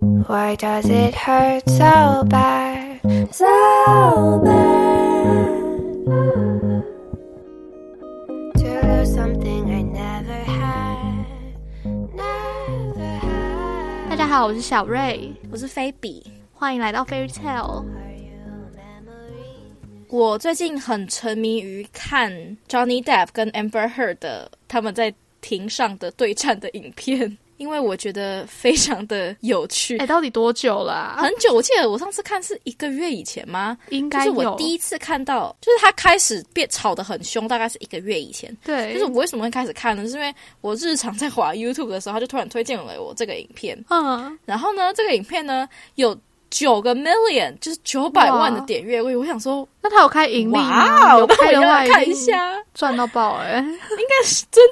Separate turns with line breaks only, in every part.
Why does it hurt so bad? So bad. To lose something I never had. Never
大
had.
家好，我是小瑞，
我是菲比。
欢迎来到 Fairy Tale。
嗯
Are you memory?
我最近很沉迷于看 Johnny Depp 跟 Amber Heard 的他们在庭上的对战的影片， 因为我觉得非常的有趣。
哎、到底多久了啊、
很久，我记得我上次看是一个月以前吗？
应
就
该
是
有。
我第一次看到，就是他开始变吵得很凶，大概是一个月以前。
对，
就是我为什么会开始看呢？就是因为我日常在滑 YouTube 的时候，他就突然推荐了我这个影片。
嗯，
然后呢，这个影片呢有九个 million，就是九百万的
哇
点阅。我我想说，
那他有开盈利
哇
吗？有
哦，那我
开
要
的话，
看一，下。
赚到爆哎、
真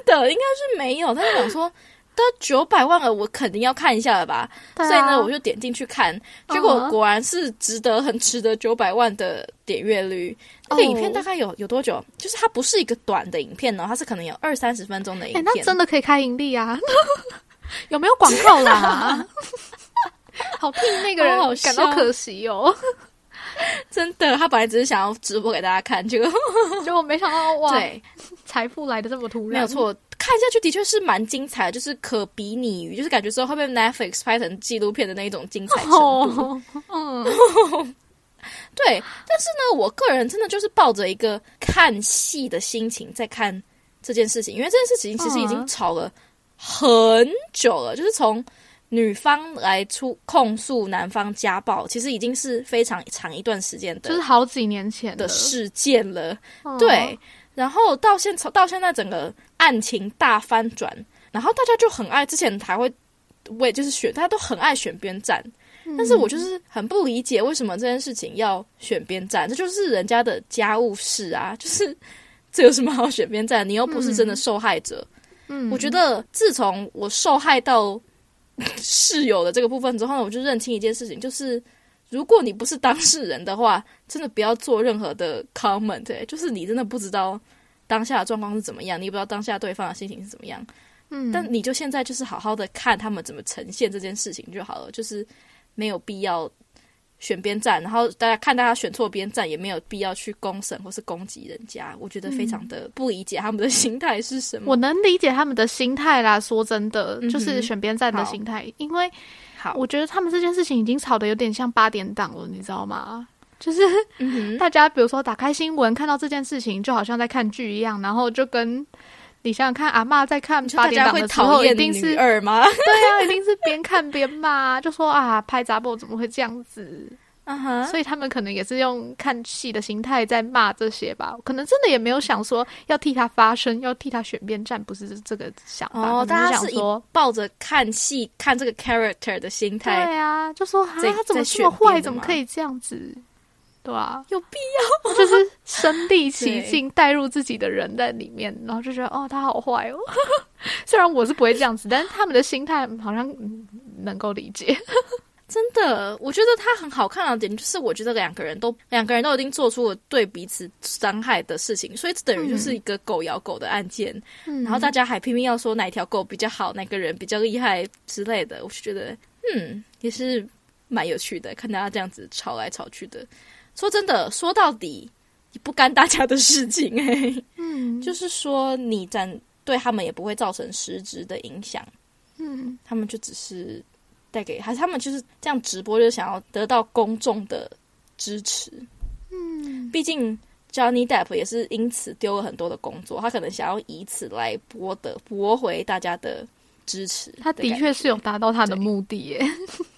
的应该是没有，但是想说。都九百万了，我肯定要看一下了吧？
对啊
所以呢，我就点进去看，结
嗯
果
哼
果然是值得，很值得九百万的点阅率。那个
哦
影片大概有有多久？就是它不是一个短的影片哦，它是可能有二三十分钟的
哎、
影
那
片。
真的可以开盈利啊？ 有没有广告啦？ 好替那个人
好好
感到
笑
可惜 哦，
真的，他本来只是想要直播给大家看，结果
结果没想到哇，
对，
财富来的这么突然，
没有。错，看下去的确是蛮精彩的，就是可比拟于，就是感觉说会被 Netflix 拍成纪录片的那一种精彩程度。
哦，嗯，
对，但是呢，我个人真的就是抱着一个看戏的心情在看这件事情，因为这件事情其实已经
嗯
吵了很久了，就是从女方来出控诉男方家暴，其实已经是非常长一段时间的、
就是好几年前
的
的，
事件了。
嗯
对，，然后到现到现在整个案情大翻转，然后大家就很爱，之前还会为就是选，大家都很爱选边站，
嗯
但是我就是很不理解为什么这件事情要选边站，这就是人家的家务事啊，就是这有什么好选边站？你又不是真的受害者。
嗯，
我觉得自从我受害到 室友的这个部分之后呢，我就认清一件事情，就是如果你不是当事人的话，真的不要做任何的 comment，、欸、就是你真的不知道当下的状况是怎么样，你也不知道当下对方的心情是怎么样，
嗯，
但你就现在就是好好的看他们怎么呈现这件事情就好了，就是没有必要。选边站，然后大家看大家选错边站，也没有必要去公审或是攻击人家。我觉得非常的不理解他们的 心态是什么。
嗯我能理解他们的心态啦。说真的，
嗯嗯哼
就是选边站的心态，因为
好，
我觉得他们这件事情已经吵得有点像八点档了，你知道吗？就是
嗯哼，
大家比如说打开新闻看到这件事情，就好像在看剧一样，然后就跟你想想看，阿嬷在看
你说
八
大
点
家
档
会
的时
讨
候，一
厌
定
女
是
二吗？
对啊，一定是边看边骂，就说啊，拍杂报怎么会这样子？
嗯哼，
所以他们可能也是用看戏的心态在骂这些吧，可能真的也没有想说要替他发声，要替他选边站，不是这个想法。
哦，
可能
大
是
家
想
是以
说，
抱着看戏看这个 character 的心
对
态，
啊，就说啊，
在
他怎么这
在
么
选边
坏，
的
怎么
吗
可以这样子？对啊，
有必
要就是身临其
对
境，带入自己的人在里面，然后就觉得哦，他好坏哦。 虽然我是不会这样 子，但是他们的心态好像、嗯能够理解。
真的，我觉得它很好看的点就是，我觉得两个人都两个人都已经做出了对彼此伤害的事情，所以这等于就是一个狗咬狗的案件。
嗯
然后大家还拼命要说哪一条狗比较好，哪个人比较厉害之类的，我就觉得，嗯，也是蛮有趣的，看大家这样子吵来吵去的。说真的，说到底也不干大家的事情哎、
嗯，
就是说你站对他们也不会造成实质的影响，
嗯，
他们就只是带给，还是他们就是这样直播，就是想要得到公众的支持。嗯，毕竟 Johnny Depp 也是因此丢了很多的工作，他可能想要以此来博得博回大家的支持
他
的
的
感
确是有达到他的
对
目的耶，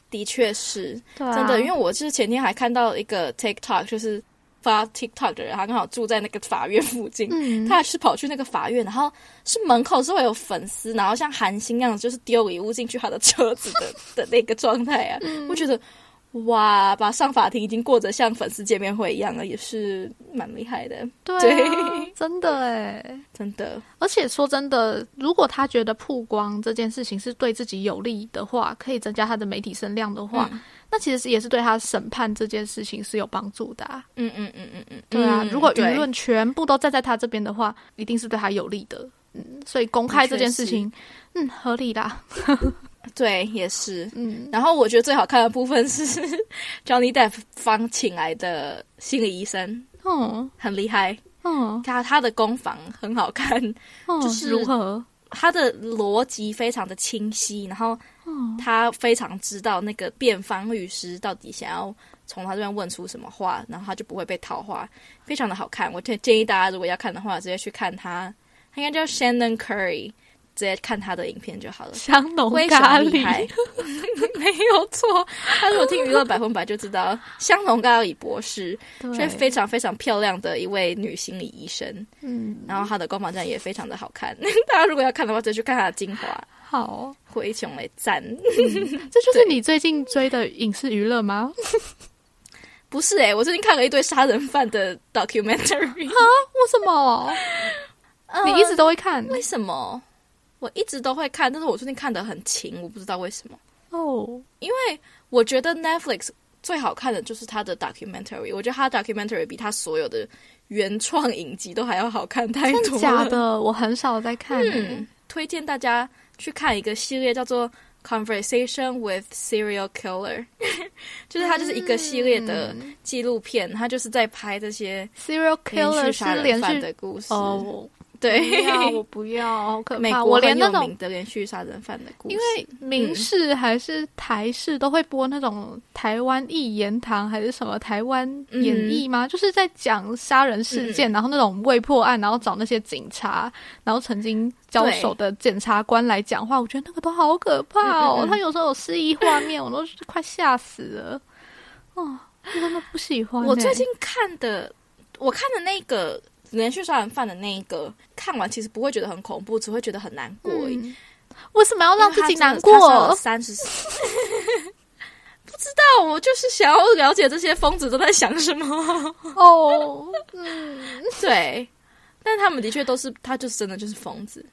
的确是，
对啊
真的，因为我是前天还看到一个 TikTok，就是发 TikTok 的人，他刚好住在那个法院附近，
嗯
他还是跑去那个法院，然后是门口是会有粉丝，然后像韩星那样，就是丢礼物进去他的车子 的的那个状态啊，我觉得。哇，把上法庭已经过着像粉丝见面会一样了，也是蛮厉害的，
对啊
对
真的哎。
真的。
而且说真的，如果他觉得曝光这件事情是对自己有利的话，可以增加他的媒体声量的话，
嗯
那其实是也是对他审判这件事情是有帮助的、啊。
嗯嗯嗯嗯嗯，
对啊，
嗯
如果舆
对
论全部都站在他这边的话，一定是对他有利的。嗯，所以公开这件事情，嗯，合理啦。
对，也是。
嗯，
然后我觉得最好看的部分是 Johnny Depp 方请来的心理医生，
哦
很厉害。
哦
他他的攻防很好看，
哦，
就是
如何？
他的逻辑非常的清晰，然后
哦
他非常知道那个辩方律师到底想要从他这边问出什么话，然后他就不会被套话，非常的好看。我建建议大家如果要看的话，直接去看他，他
嗯
应该叫 Shannon Curry，直接看他的影片就好 了。
香浓
非
咖
常厉害
喱，，
没有错。他如果听娱乐百分百就知道，香浓咖喱博士是
对，
非常非常漂亮的一位女心理医生，
嗯，
然后她的光芒站也非常的好看。 大家如果要看的话，就去看她的精华。
好，
灰熊来赞，
这就是
对
你最近追的影视娱乐 吗？
不是诶、欸我最近看了一堆杀人犯的 documentary，、
为什么？
呃
你一直都会看
为什么？我一直都会看，但是我最近看的很勤，我不知道为什么。
哦？
因为我觉得 Netflix 最好看的就是它的 documentary，我觉得它的 documentary 比它所有的原创影集都还要好看太多
真的
了。
假的？我很少在看欸。
嗯，推荐大家去看一个系列叫做《Conversation with Serial Killer》，就是它就是一个系列的
嗯
纪录片，它就是在拍这些
serial
连
killer
续杀
是连
人犯
续
的故事。
哦，我不
对，
要，我不要，好可
美
怕！
国
我连
很
那
有
种
名的连续杀人犯的故事，嗯
因为明视还是台视都会播那种台湾一言堂还是什么台湾演义吗？
嗯
就是在讲杀人事件，然后那种未破案，然后找那些警察，然后曾经交手的检察官来讲话，我觉得那个都好可怕哦。
嗯嗯嗯
他有时候有失忆画面，我都快吓死了。哦，我真的不喜欢欸、
我最近看的，我看的那个连续杀人犯的那一个，看完其实不会觉得很恐怖，只会觉得很难过而已。
嗯为什么要让自己难过？
三十， 不知道，我就是想要了解这些疯子都在想什么。
哦，嗯，
对，但他们的确都是，他就是真的就是疯子。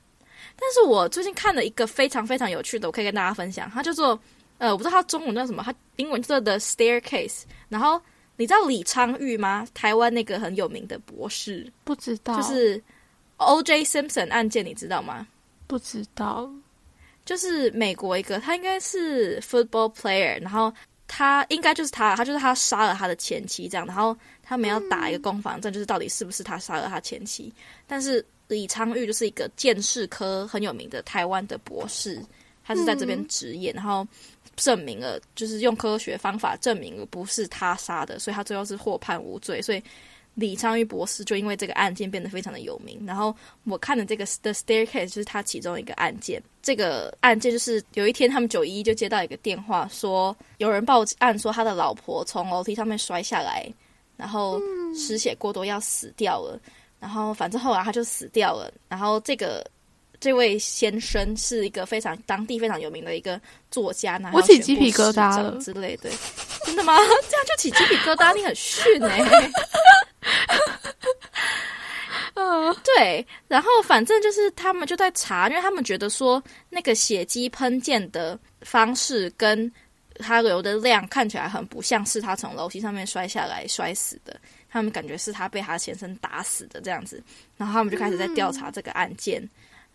但是我最近看了一个非常非常有趣的，我可以跟大家分享，它叫做呃，我不知道它中文叫什么，它英文叫做 The Staircase。然后你知道李昌钰吗？台湾那个很有名的博士，
不知道，
就是 O.J. Simpson 案件，你知道吗？
不知道。
就是美国一个，他应该是 football player，然后他应该就是他，他就是他杀了他的前妻这样，然后他们要打一个攻防战，就是到底是不是他杀了他前妻。但是李昌钰就是一个建士科很有名的台湾的博士，他是在这边职业，然后证明了就是用科学方法证明了不是他杀的，所以他最后是获判无罪，所以。李昌钰博士就因为这个案件变得非常的有名，然后我看的这个《The Staircase》就是他其中一个案件。这个案件就是有一天他们九一一就接到一个电话说，有人报案说他的老婆从楼梯上面摔下来，然后
嗯
失血过多要死掉了。然后反正后来他就死掉了。然后这个这位先生是一个非常当地非常有名的一个作家，然后
我起鸡皮疙瘩
他
了
有选过市长之类的。真的吗？ 这样就起鸡皮疙瘩，你很逊 哎、对，然后反正就是他们就在查，因为他们觉得说那个血迹喷溅的方式跟他流的量看起来很不像是他从楼梯上面摔下来摔死的，他们感觉是他被他先生打死的这样子，然后他们就开始在调查这个案件。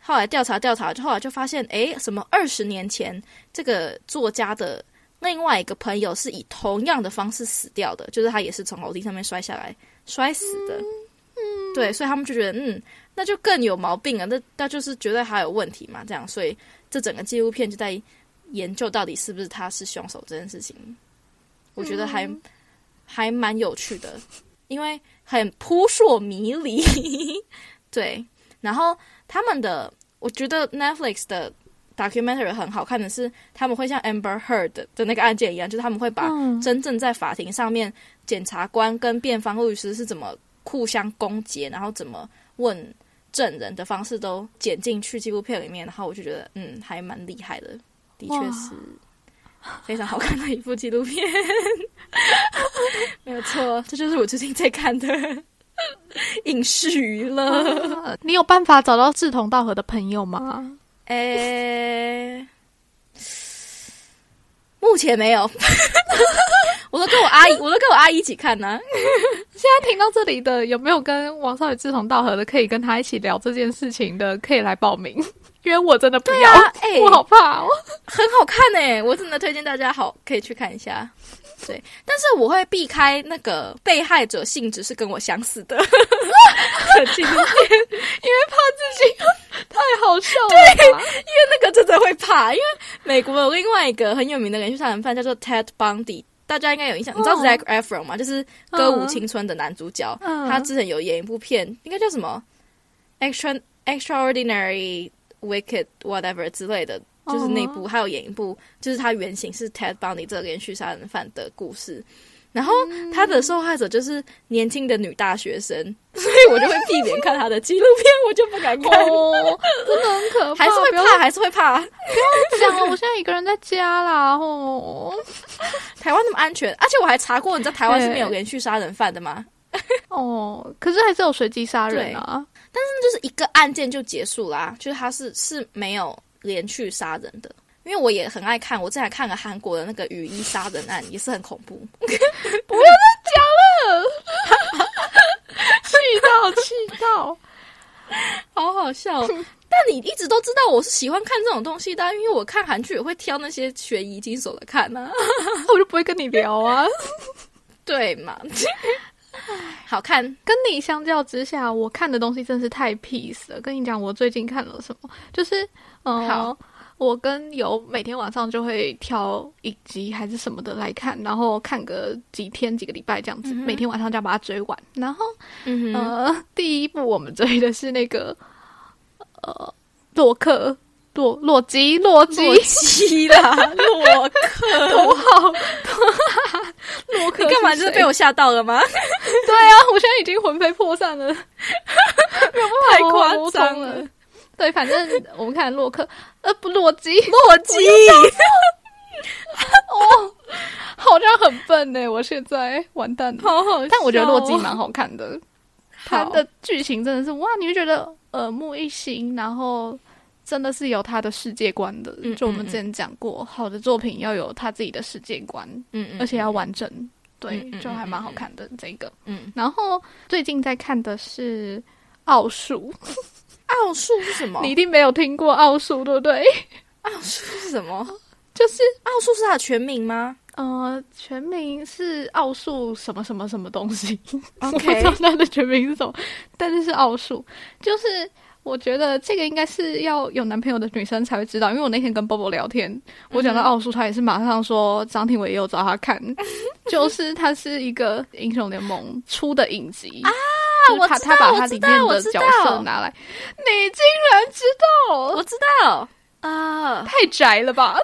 后来调查调查，就后来就发现，诶，什么二十年前这个作家的另外一个朋友是以同样的方式死掉的，就是他也是从楼梯上面摔下来摔死的。对，所以他们就觉得，嗯，那就更有毛病了，啊那那就是绝对还有问题嘛，这样，所以这整个纪录片就在研究到底是不是他是凶手这件事情，我觉得还、还蛮有趣的，因为很扑朔迷离， 对，然后他们的，我觉得 Netflix 的 documentary 很好看的是，他们会像 Amber Heard 的那个案件一样，就是他们会把
嗯
真正在法庭上面，检察官跟辩方律师是怎么互相攻讦，然后怎么问证人的方式都剪进去纪录片里面，然后我就觉得，嗯，还蛮厉害的，的确是非常好看的一部纪录片，没有错， 这就是我最近在看的 影视娱乐。
呃 你有办法找到志同道合的朋友 吗？
诶、目前没有， 我都跟我阿姨，我都跟我阿姨一起看呢、
大家听到这里的，有没有跟王少宇志同道合的，可以跟他一起聊这件事情的，可以来报名。 因为我真的不
对
要，
啊，哎、
我好怕哦。
很好看哎、我真的推荐大家好可以去看一下。对，但是我会避开那个被害者性质是跟我相似的 纪录片，
太好笑了吧！
那个真的会怕，因为美国有另外一个很有名的连续杀人犯叫做 Ted Bundy，大家应该有印象，你知道
哦
Zac Efron 吗？就是《歌舞青春》的男主角，
嗯
他之前有演一部片，应该叫什么 Extra Extraordinary Wicked Whatever 之类的，就是那
哦
部，还有演一部，就是他原型是 Ted Bundy 这个连续杀人犯的故事。然后
嗯
他的受害者就是年轻的女大学生，所以我就会避免看他的纪录片，我就不敢看，
哦，真的很可怕，
还是会
不要
怕，还是会怕。
讲了，我现在一个人在家啦，哦，
台湾那么安全，而且我还查过，你知道台湾是没有
对
连续杀人犯的吗？
哦，可是还是有随机杀人啊，
那就是一个案件就结束啦、就是他是是没有连续杀人的。因为我也很爱看，我之前还看了韩国的那个雨衣杀人案，也是很恐怖。
气到气到，
好好笑、哦。 但你一直都知道我是喜欢看这种东西的啊、因为我看韩剧也会挑那些悬疑惊悚的看啊，
我就不会跟你聊啊。
对嘛？ 好看，
跟你相较之下，我看的东西真是太 peace 了。跟你讲，我最近看了什么，就是嗯、呃
好
我跟友每天晚上就会挑一集还是什么的来看，然后看个几天几个礼拜这样子，
嗯哼
每天晚上就要把它追完。然后
嗯哼，
呃，第一部我们追的是那个呃洛克洛洛基洛基
洛基 啦，洛克，
多好， 洛克
你干嘛？就是
谁
被我吓到了吗？
对啊，我现在已经魂飞魄散 了，
太
太
夸
夸
张啊
张
了
了。对，反正我们看洛克，呃，不，洛基，
洛基，
好像很笨呢。我现在完蛋了，
好好笑哦，
但我觉得洛基蛮好看的，
好
他的剧情真的是哇，你会觉得耳目一新，然后真的是有他的世界观的。
嗯
就我们
嗯
之前讲过，好的作品要有他自己的世界观，
嗯，嗯
而且要完整。对
嗯嗯，
就还蛮好看的这个。
嗯，
然后最近在看的是《奥数》，
奥数是什么？
你一定没有听过奥数，对不对？
奥数是什么？
就是
奥数是他的全名吗？
呃，全名是奥数什么什么什么东西 我不
OK
知道它的全名是什么，但是是奥数。就是我觉得这个应该是要有男朋友的女生才会知道，因为我那天跟 Bobo 聊
嗯
天，我讲到奥数，他也是马上说张庭伟也有找他 看，就是它是一个英雄联盟出的影集啊。就是
我
他
知
他把
道我
他
知
里
道
面
我
的
知
角
道
色拿来，你竟然知道
我，知道啊，
太宅了吧？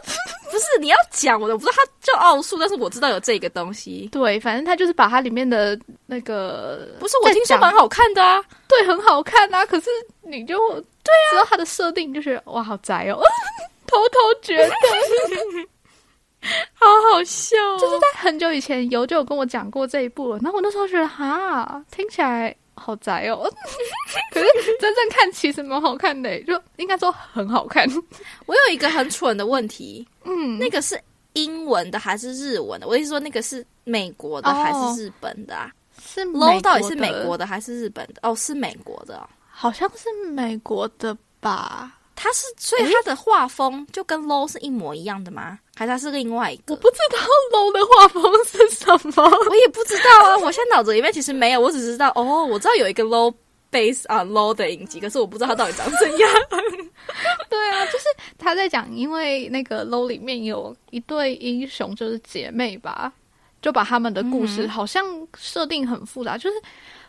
不是你要讲我的，我不知道他叫奥数，但是我知道有这个东西。
对，反正他就是把它里面的那个
不是我
在
听说
讲
蛮好看的啊，
对，很好看啊。可是你就对啊，知道它的设定，你就觉得哇，好宅哦， 偷偷觉得。
好好笑、哦，
啊就是在很久以前，尤就有跟我讲过这一部了，然后我那时候觉得哈，听起来好宅哦。 可是真正看其实蛮好看的，就应该说很好看。
我有一个很蠢的问题，
嗯，
那个是英文的还是日文的？我意思说那个是美国的
哦
还是日本的啊、
是
low 到底是美国
的，
的还是日本的？哦，是美国的哦、
好像是美国的吧？
它是，所以它的画风就跟 low 是一模一样的吗？还是它是另外一个？
我不知道 low 的画风是什么。
我也不知道啊，我现在脑子里面其实没有，我只知道哦，我知道有一个 low base on low 的影集，可是我不知道它到底长怎样。
对啊，就是他在讲，因为那个 low 里面有一对英雄，就是姐妹吧，就把他们的故事好像设定很复杂，就是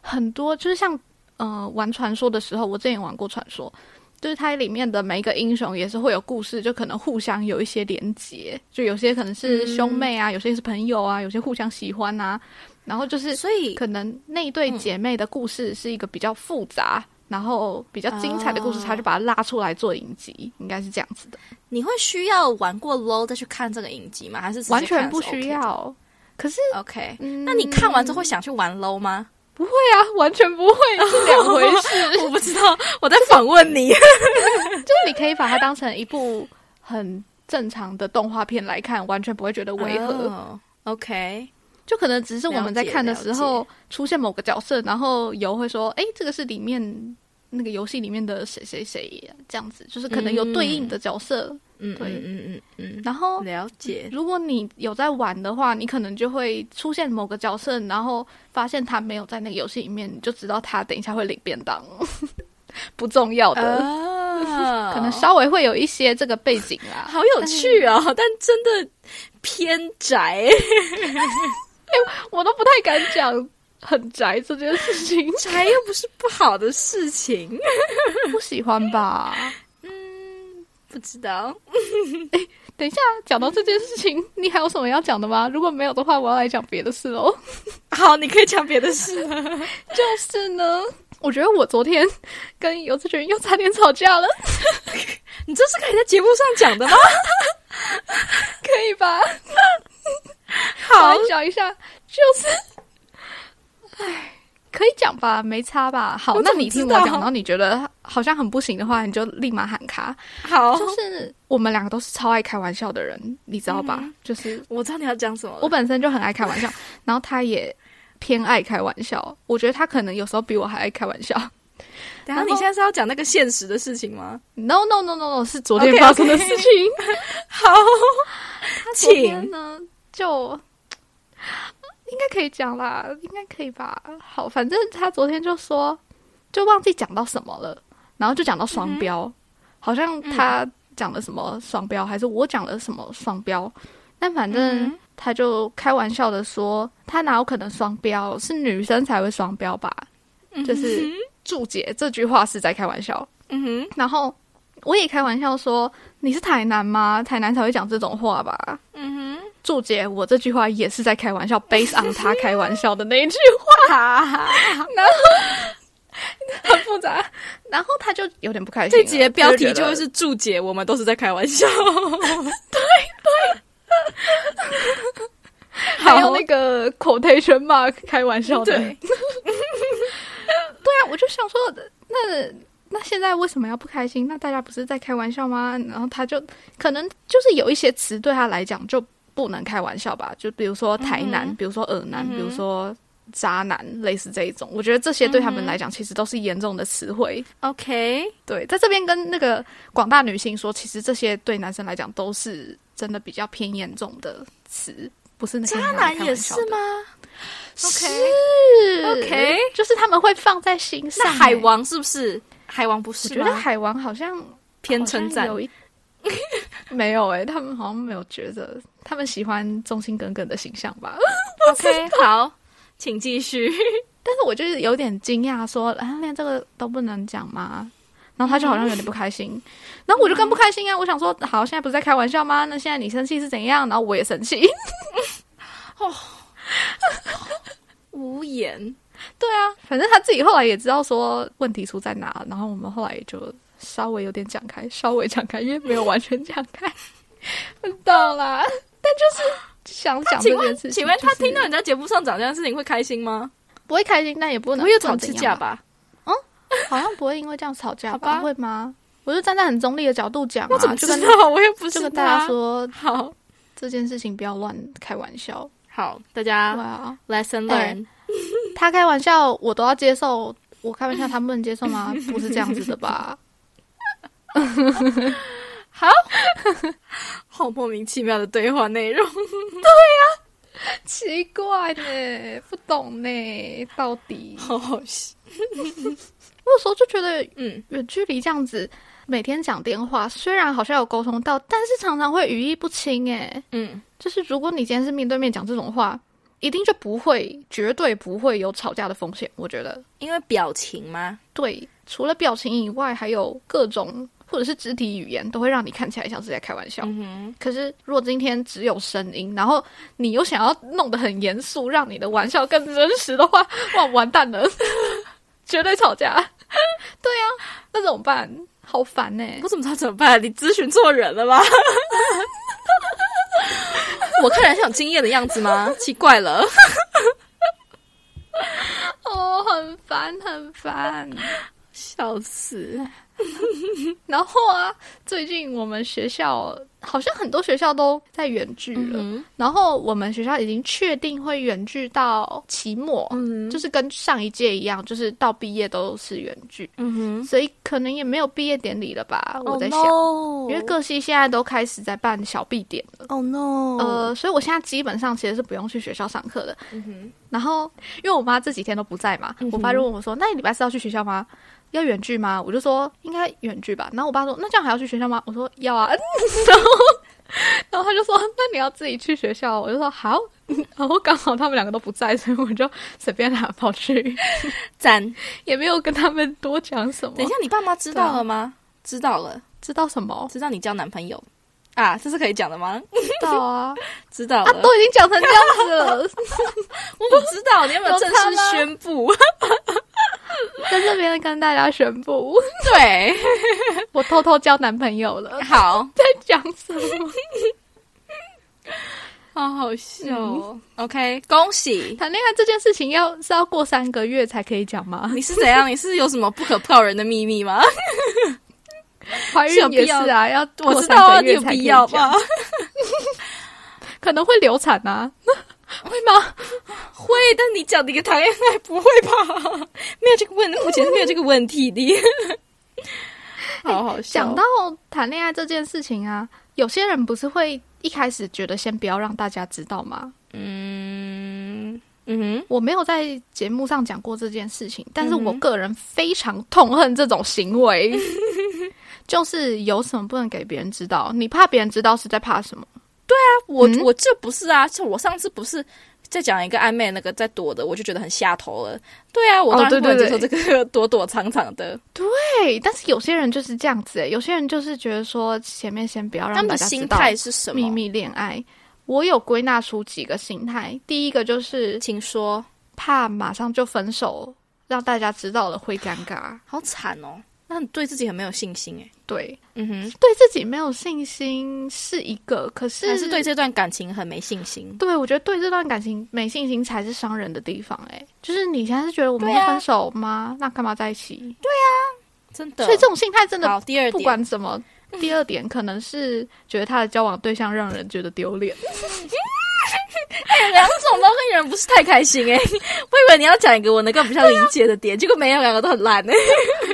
很多，就是像呃玩传说的时候，我之前也玩过传说，就是它里面的每一个英雄也是会有故事，就可能互相有一些连结，就有些可能是兄妹啊，有些是朋友啊，有些互相喜欢啊，然后就是
所以
可能那一
嗯
对姐妹的故事是一个比较复杂，然后比较精彩的故事，
哦
他就把它拉出来做影集，应该是这样子的，
你会需要玩过 low 再去看这个影集吗？还是直接
完全
看
不
是 OK
需
的
要。可是，
？OK，
嗯
那你看完之后会想去玩 low 吗？
不会啊， 完全不会是两回 事。
我不知道，我在访问你。
就是你可以把它当成一部很正常的动画片来看，完全不会觉得违和。
哦 OK，
就可能只是我们在看的时
了
候出现某个角色，然后游会说：“哎，这个是里面那个游戏里面的谁谁谁这样子，就是可能有对应的角色。
嗯
对
嗯嗯嗯
然后
嗯，了 解。
如果你有在玩的话，你可能就会出现某个角色，然后发现他没有在那个游戏里面，你就知道他等一下会领便当， 不重要的，
啊
哦可能稍微会有一些这个背景啊啦。
好有趣哦，但真的偏宅，
我都不太敢讲很宅这件事 情，
宅又不是不好的事情。
不喜欢吧？
不知道，
等一下讲到这件事情，你还有什么要讲的吗？如果没有的话，我要来讲别的事喽。
好，你可以讲别的事了。
就是呢，我觉得我昨天跟游志群又差点吵架了，
你这是可以在节目上讲的吗？
可以吧？我
好
来，讲一下，就是，唉，可以讲吧，没差吧？好
我，
那
怎么
你听
知道
我讲，然后你觉得好像很不行的话，你就立马喊卡。
好，
就是我们两个都是超爱开玩笑的人，你知道吧？
嗯
就是
我知道你要讲什么了。
我本身就很爱开玩 笑，然后他也偏爱开玩笑，我觉得他可能有时候比我还爱开玩笑。
等一下
然后
你现在是要讲那个现实的事情吗？
No no no no no，是昨天
OK，OK
发生的事情。
好，
昨天
请
呢，就应该可以讲啦，应该可以吧？好，反正他昨天就说，就忘记讲到什么了，然后就讲到
嗯
双标，好像他讲了什么双标，还是我讲了什么双标？但反
嗯
正
哼
他就开玩笑的说，他哪有可能双标？是女生才会双标吧？就是注解这句话是在开玩笑。
嗯哼，
然后我也开玩笑说：“你是台南吗？台南才会讲这种话吧
嗯哼，？”
注解，我这句话也是在开玩 笑，based on 他开玩笑的 那一句
哈，
话，很复杂。然后他就有点不开心
这
了。
集的标题
就
就
觉
会
得
是注解，我们都是在开玩笑。
还有那个 quotation mark 开玩笑的。
对
对啊，我就想说，那那现在为什么要不开心？那大家不是在开玩笑吗？然后他就可能就是有一些词对他来讲就不能开玩笑吧，就比如说台南，
嗯哼
比如说耳男，
嗯哼
比如说。渣男类似这一种，我觉得这些对他们来讲其实都是严重的词汇。
OK，
对，在这边跟那个广大女性说，其实这些对男生来讲都是真的比较偏严重的词，不是那个
渣
拿来
男
开
也
玩笑
是
的
吗
是
OK
就是他们会放在心上、
那海
欸，
王是不是？海王不
我
是
觉得海王好像
偏称
好像
赞
有一没有哎、他们好像没有觉得，他们喜欢忠心耿耿的形象吧。
OK，好，请继续。
但是我就是有点惊讶，说啊，连这个都不能讲吗？然后他就好像有点不开 心，然后我就更不开心啊！我想说，好，现在不是在开玩笑吗？那现在你生气是怎样？然后我也生气，
无言。
对啊，反正他自己后来也知道说问题出在哪，然后我们后来也就稍微有点讲开，稍微讲开，因为没有完全讲开， 我懂啦。 但就是想讲这件
请问，
事情，
请问他听
就
到
是
你在节目上讲这件事情会开心吗？
不会开心，但也不能
不会有吵
不能
起
怎
架
样吧？
吧？
好像不会因为这样吵架
好
吧？
吧
会吗？我就站在很中立的角度讲
我怎
啊，
么
就
知
跟
道？ 我又不
就是跟大家
他。
说
好
这件事情不要乱开玩笑，
好，大
对
家
啊。
lesson
哎
learn。
他开玩笑我都要接受，我开玩笑他不能接受 吗？不是这样子的吧？
好莫名其妙的对话内容。
奇怪呢，不懂呢，到底
好好笑。
我有时候就觉得
嗯，
远距离这样子每天讲电话，虽然好像有沟通到，但是常常会语义不清诶，
嗯，
就是如果你今天是面对面讲这种话，一定就不会，绝对不会有吵架的风险。我觉得，
因为表情吗？
对，除了表情以外，还有各种或者是肢体语言，都会让你看起来像是在开玩笑。
嗯哼，
可是，如果今天只有声音，然后你又想要弄得很严肃，让你的玩笑更真实的话，哇，完蛋了， 绝对吵架。 对呀、那怎么办？好烦欸呢、
我怎么知道怎么办？ 你咨询错人了 吧？我看起来像有经验的样子 吗？奇怪了。
哦，很烦，很烦。
笑死！
然后啊，最近我们学校好像很多学校都在远距了，
嗯
然后我们学校已经确定会远距到期末，
嗯
就是跟上一届一样，就是到毕业都是远距，
嗯哼，
所以可能也没有毕业典礼了吧？我在想
Oh no
因为各系现在都开始在办小毕典了。
Oh no，
呃，所以我现在基本上其实是不用去学校上课的。
嗯哼，
然后，因为我妈这几天都不在嘛，
嗯哼
我爸就问我说：“那你礼拜四要去学校吗？要远距吗？”我就说：“应该远距吧。”然后我爸说：“那这样还要去学校吗？”我说：“要啊。” 然后，然后他就说：“那你要自己去学校？”我就说：“好。”然后刚好他们两个都不在，所以我就随便拿跑去，
赞。
也没有跟他们多讲什么。
等一下，你爸妈知道了吗？啊知道了，
知道什么？
知道你交男朋友啊，这是可以讲的吗？
知道 啊，
知道
啊
了，，
都已经讲成这样子了，
我不知道，你有没有
有
正
差
式
吗
宣 布？
在这边跟大家宣布，
对，
我偷偷交男朋友了，
好，
在讲什 么？
好好笑哦。OK，恭喜！
谈恋爱这件事情要是要过三个月才可以讲吗？
你是怎 样？你是有什么不可告人的秘密吗？
怀孕也是
是有必
啊，要
我
过
知
三
道啊，
个
你
月
有
才可
必
以
要
讲
吗？？
可能会流产啊，会吗？
会，但你讲的一个谈恋爱不会吧？ 没有这个问，目前是没有这个问题 的。好好笑，
讲到谈恋爱这件事情啊，有些人不是会一开始觉得先不要让大家知道吗？
嗯嗯
我没有在节目上讲过这件事情，但是
嗯哼
我个人非常痛恨这种行 为，就是有什么不能给别人知道？你怕别人知道是在怕什么？
哼，我
嗯
我这不是啊，这我上次不是。再讲一个暧昧那个再躲的，我就觉得很下头了。对啊，我当然
哦对
不能接
对
受这个躲躲藏藏的，
对，但是有些人就是这样子、欸，有些人就是觉得说前面先不要
他
让
们
大
的
家知
心
道
态是什么？
秘密恋爱。我有归纳出几个心态，第一个就是
请说。
怕马上就分手，让大家知道了会尴尬，
好惨哦，那你对自己很没有信心哎。
对，
嗯哼，
对自己没有信心是一个，可是
还是对这段感情很没信心。
对，我觉得对这段感情没信心才是伤人的地方、欸。哎，就是你现在是觉得我们
对
要
啊
分手吗？那干嘛在一起？
真的。
所以这种心态真的
好，第二
不
点，
管怎么。第二点可能是觉得他的交往对象让人觉得丢 脸，
两种都会有人不是太开心哎、我以为你要讲一个我能够比较理
啊
解的点，结果没有，两个都很烂哎、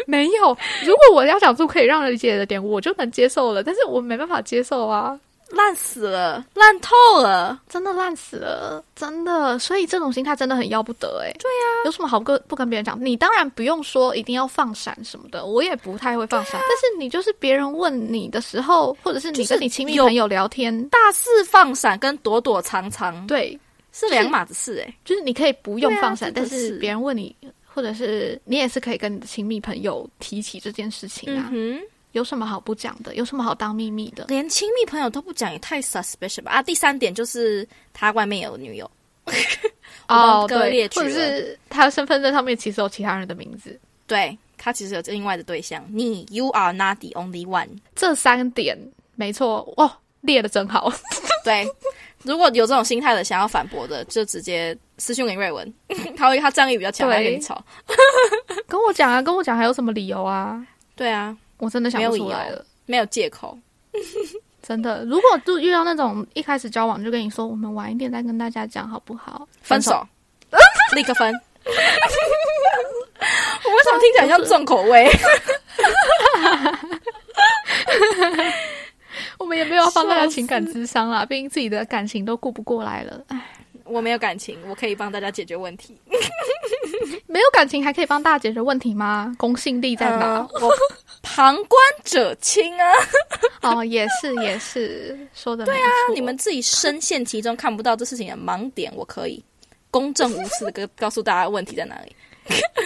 没有。如果我要讲出可以让人理解的点，我就能接受了，但是我没办法接受啊，
烂死了，烂透了。
真的烂死了，真的。所以这种心态真的很要不得哎、对呀、有什么好跟不跟别人讲？你当然不用说一定要放闪什么的，我也不太会放闪。但是你就是别人问你的时候，或者啊是你
就是
跟你亲密
有
朋友聊天，
大肆放闪跟躲躲藏藏
对，
是两码子事哎、
就是你可以不用
对啊
放闪，
真
但
的
是
是
别人问你，或者是你也是可以跟你的亲密朋友提起这件事情啊，
嗯哼，
有什么好不讲的？有什么好当秘密的？
连亲密朋友都不讲，也太 suspicious 吧啊！第三点就是他外面有女友，
哦，
我帮各位
对
列，举
或者
了
是他的身份证上面其实有其他人的名字。
对他其实有另外的对象，你 you are not the only one。
这三点没错哦，列的真好。
对，如果有这种心态的想要反驳的，就直接私讯给瑞文， 他会他战力比较强，他会跟你吵。
跟我讲啊，跟我讲，还有什么理由啊？
对啊，
我真的想不出来
没有理
了，
没有借口。
真的。如果就遇到那种一开始交往就跟你说，我们晚一点再跟大家讲好不好？
分手， 立刻分。我为什么听起来像重口 味？
我们也没有要帮大家
笑死
情感智商啦，毕竟自己的感情都顾不过来了，唉
我没有感情，我可以帮大家解决问题。
没有感情还可以帮大家解决问题吗？公信力在哪？
嗯我旁观者清啊！
哦，也是也是，说的对啊
你们自己深陷其中，看不到这事情的盲点，我可以公正无私的告告诉大家问题在哪里。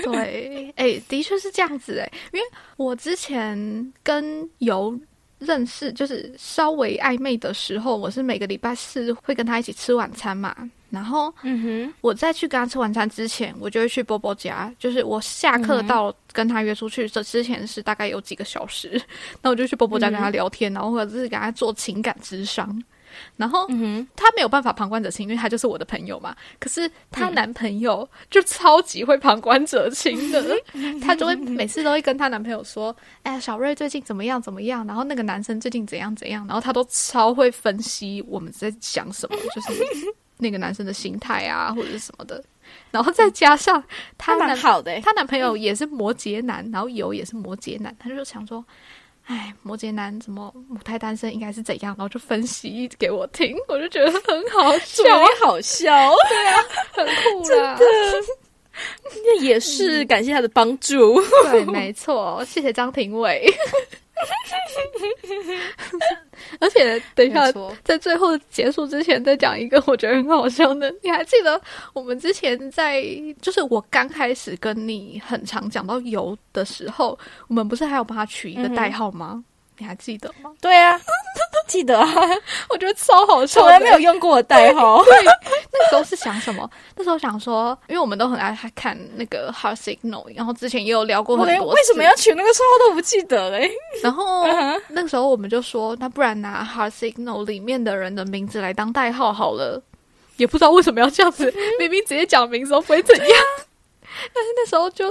对，哎、的确是这样子哎、因为我之前跟游认识，就是稍微暧昧的时候，我是每个礼拜四会跟他一起吃晚餐嘛。然后
嗯哼，
我在去跟他吃晚餐之前，我就会去波波家，就是我下课
嗯
到跟他约出去这之前是大
嗯
概有几个小时，那我就去波波家跟他聊天，然后或者是跟他做情感智商。然后
嗯哼，
她没有办法旁观者清，因为她就是我的朋友嘛。可是
嗯
她男朋友就超级会旁观者清的，
嗯
她就会每次都会跟她男朋友说：“哎、小瑞最近怎么样怎么样？”然后那个男生最近怎样怎样，然后她都超会分析我们在想 什么，就是那个男生的心态啊，或者是什么 的。然后再加上她
他蛮
男
好的欸、
她男朋友也是摩羯男，然后有也是摩羯男，她就想说，哎，摩羯男怎么母胎单身应该是怎样，然后就分析给我听，我就觉得很好笑
怎，么会好 笑 哦？
很酷啊啦。
那也是感谢他的帮助。
对，没错，谢谢张庭 伟。 而且等一下
没错，
在最后结束之前，再讲一个我觉得很好笑的。你还记得我们之前在，就是我刚开始跟你很常讲到油的时候，我们不是还有帮他取一个
嗯哼
代号吗？你还记得吗？
对 啊，记得啊，
我觉得超好笑
从
的，
来没有用过我代号。
那时候是想什么？那时候想说，因为我们都很爱看那个《Heart Signal》，然后之前也有聊过
我
很
连
多。
为什么要？取那个绰号都不记得嘞、
然后
嗯
那时候我们就说，那不然拿《Heart Signal》里面的人的名字来当代号好了。也不知道为什么要这样
嗯
子， 明明直接讲名字都不会怎样。
啊
但是那时候就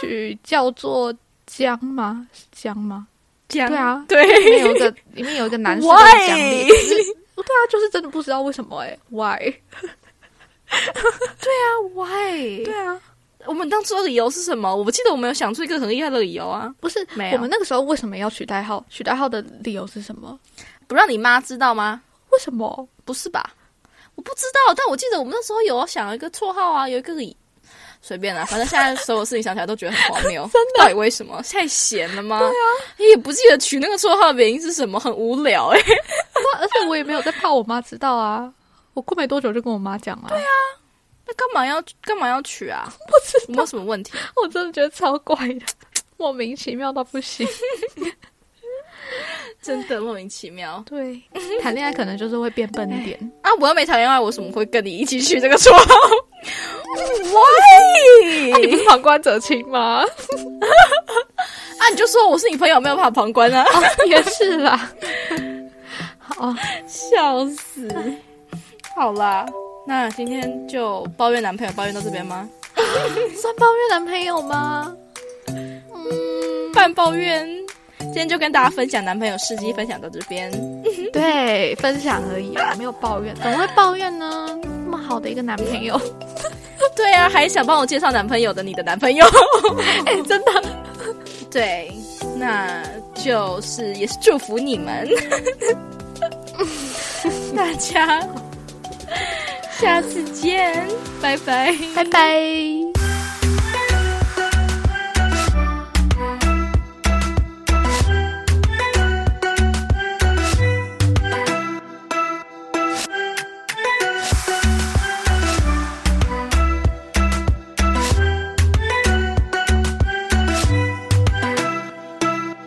取叫做江吗？是江吗？
这样
对啊里面
对，
有一个，里面有一个男生叫
Why？
江烈，就是对啊，就是真的不知道为什么哎、why？
啊喂，
对啊，
我们当初的理由是什么？我不记得我们有想出一个很厉害的理由啊，
不是，
没有
我们那个时候为什么要取代号？取代号的理由是什么？
不让你妈知道吗？
为什么？
不是吧？我不知道，但我记得我们那时候有想一个绰号啊，有一个理，随便啦、反正现在所有事情想起来都觉得很荒谬。 真的？到底为什么？太闲了吗？对啊，也不记得取那个绰号的原因是什么，很无聊 哎、
对啊 而且我也没有在怕我妈知道啊。我过没多久就跟我妈讲了。对啊，
那干嘛要干嘛要取啊？
不知
有没有什么问题？啊
我真的觉得超怪的， 莫名其妙到不行。
真的莫名其妙
对，谈恋爱可能就是会变笨 一点。
啊！我又没谈恋爱，我怎么会跟你一起取这个绰 号？Why？、
啊你不是旁观者清 吗？
啊，你就说我是你朋友，没有办法旁观啊，
也是啦。好，
笑死。好啦，那今天就抱怨男朋友抱怨到这边吗？
算抱怨男朋友吗？嗯，
半抱怨，今天就跟大家分享男朋友事迹，分享到这边。
对，分享而已啊，没有抱怨，怎么会抱怨呢？那么好的一个男朋友。
对啊，还想帮我介绍男朋友的，你的男朋友， 哎、真的。对，那就是也是祝福你们， 大家下次见，拜拜。
拜拜。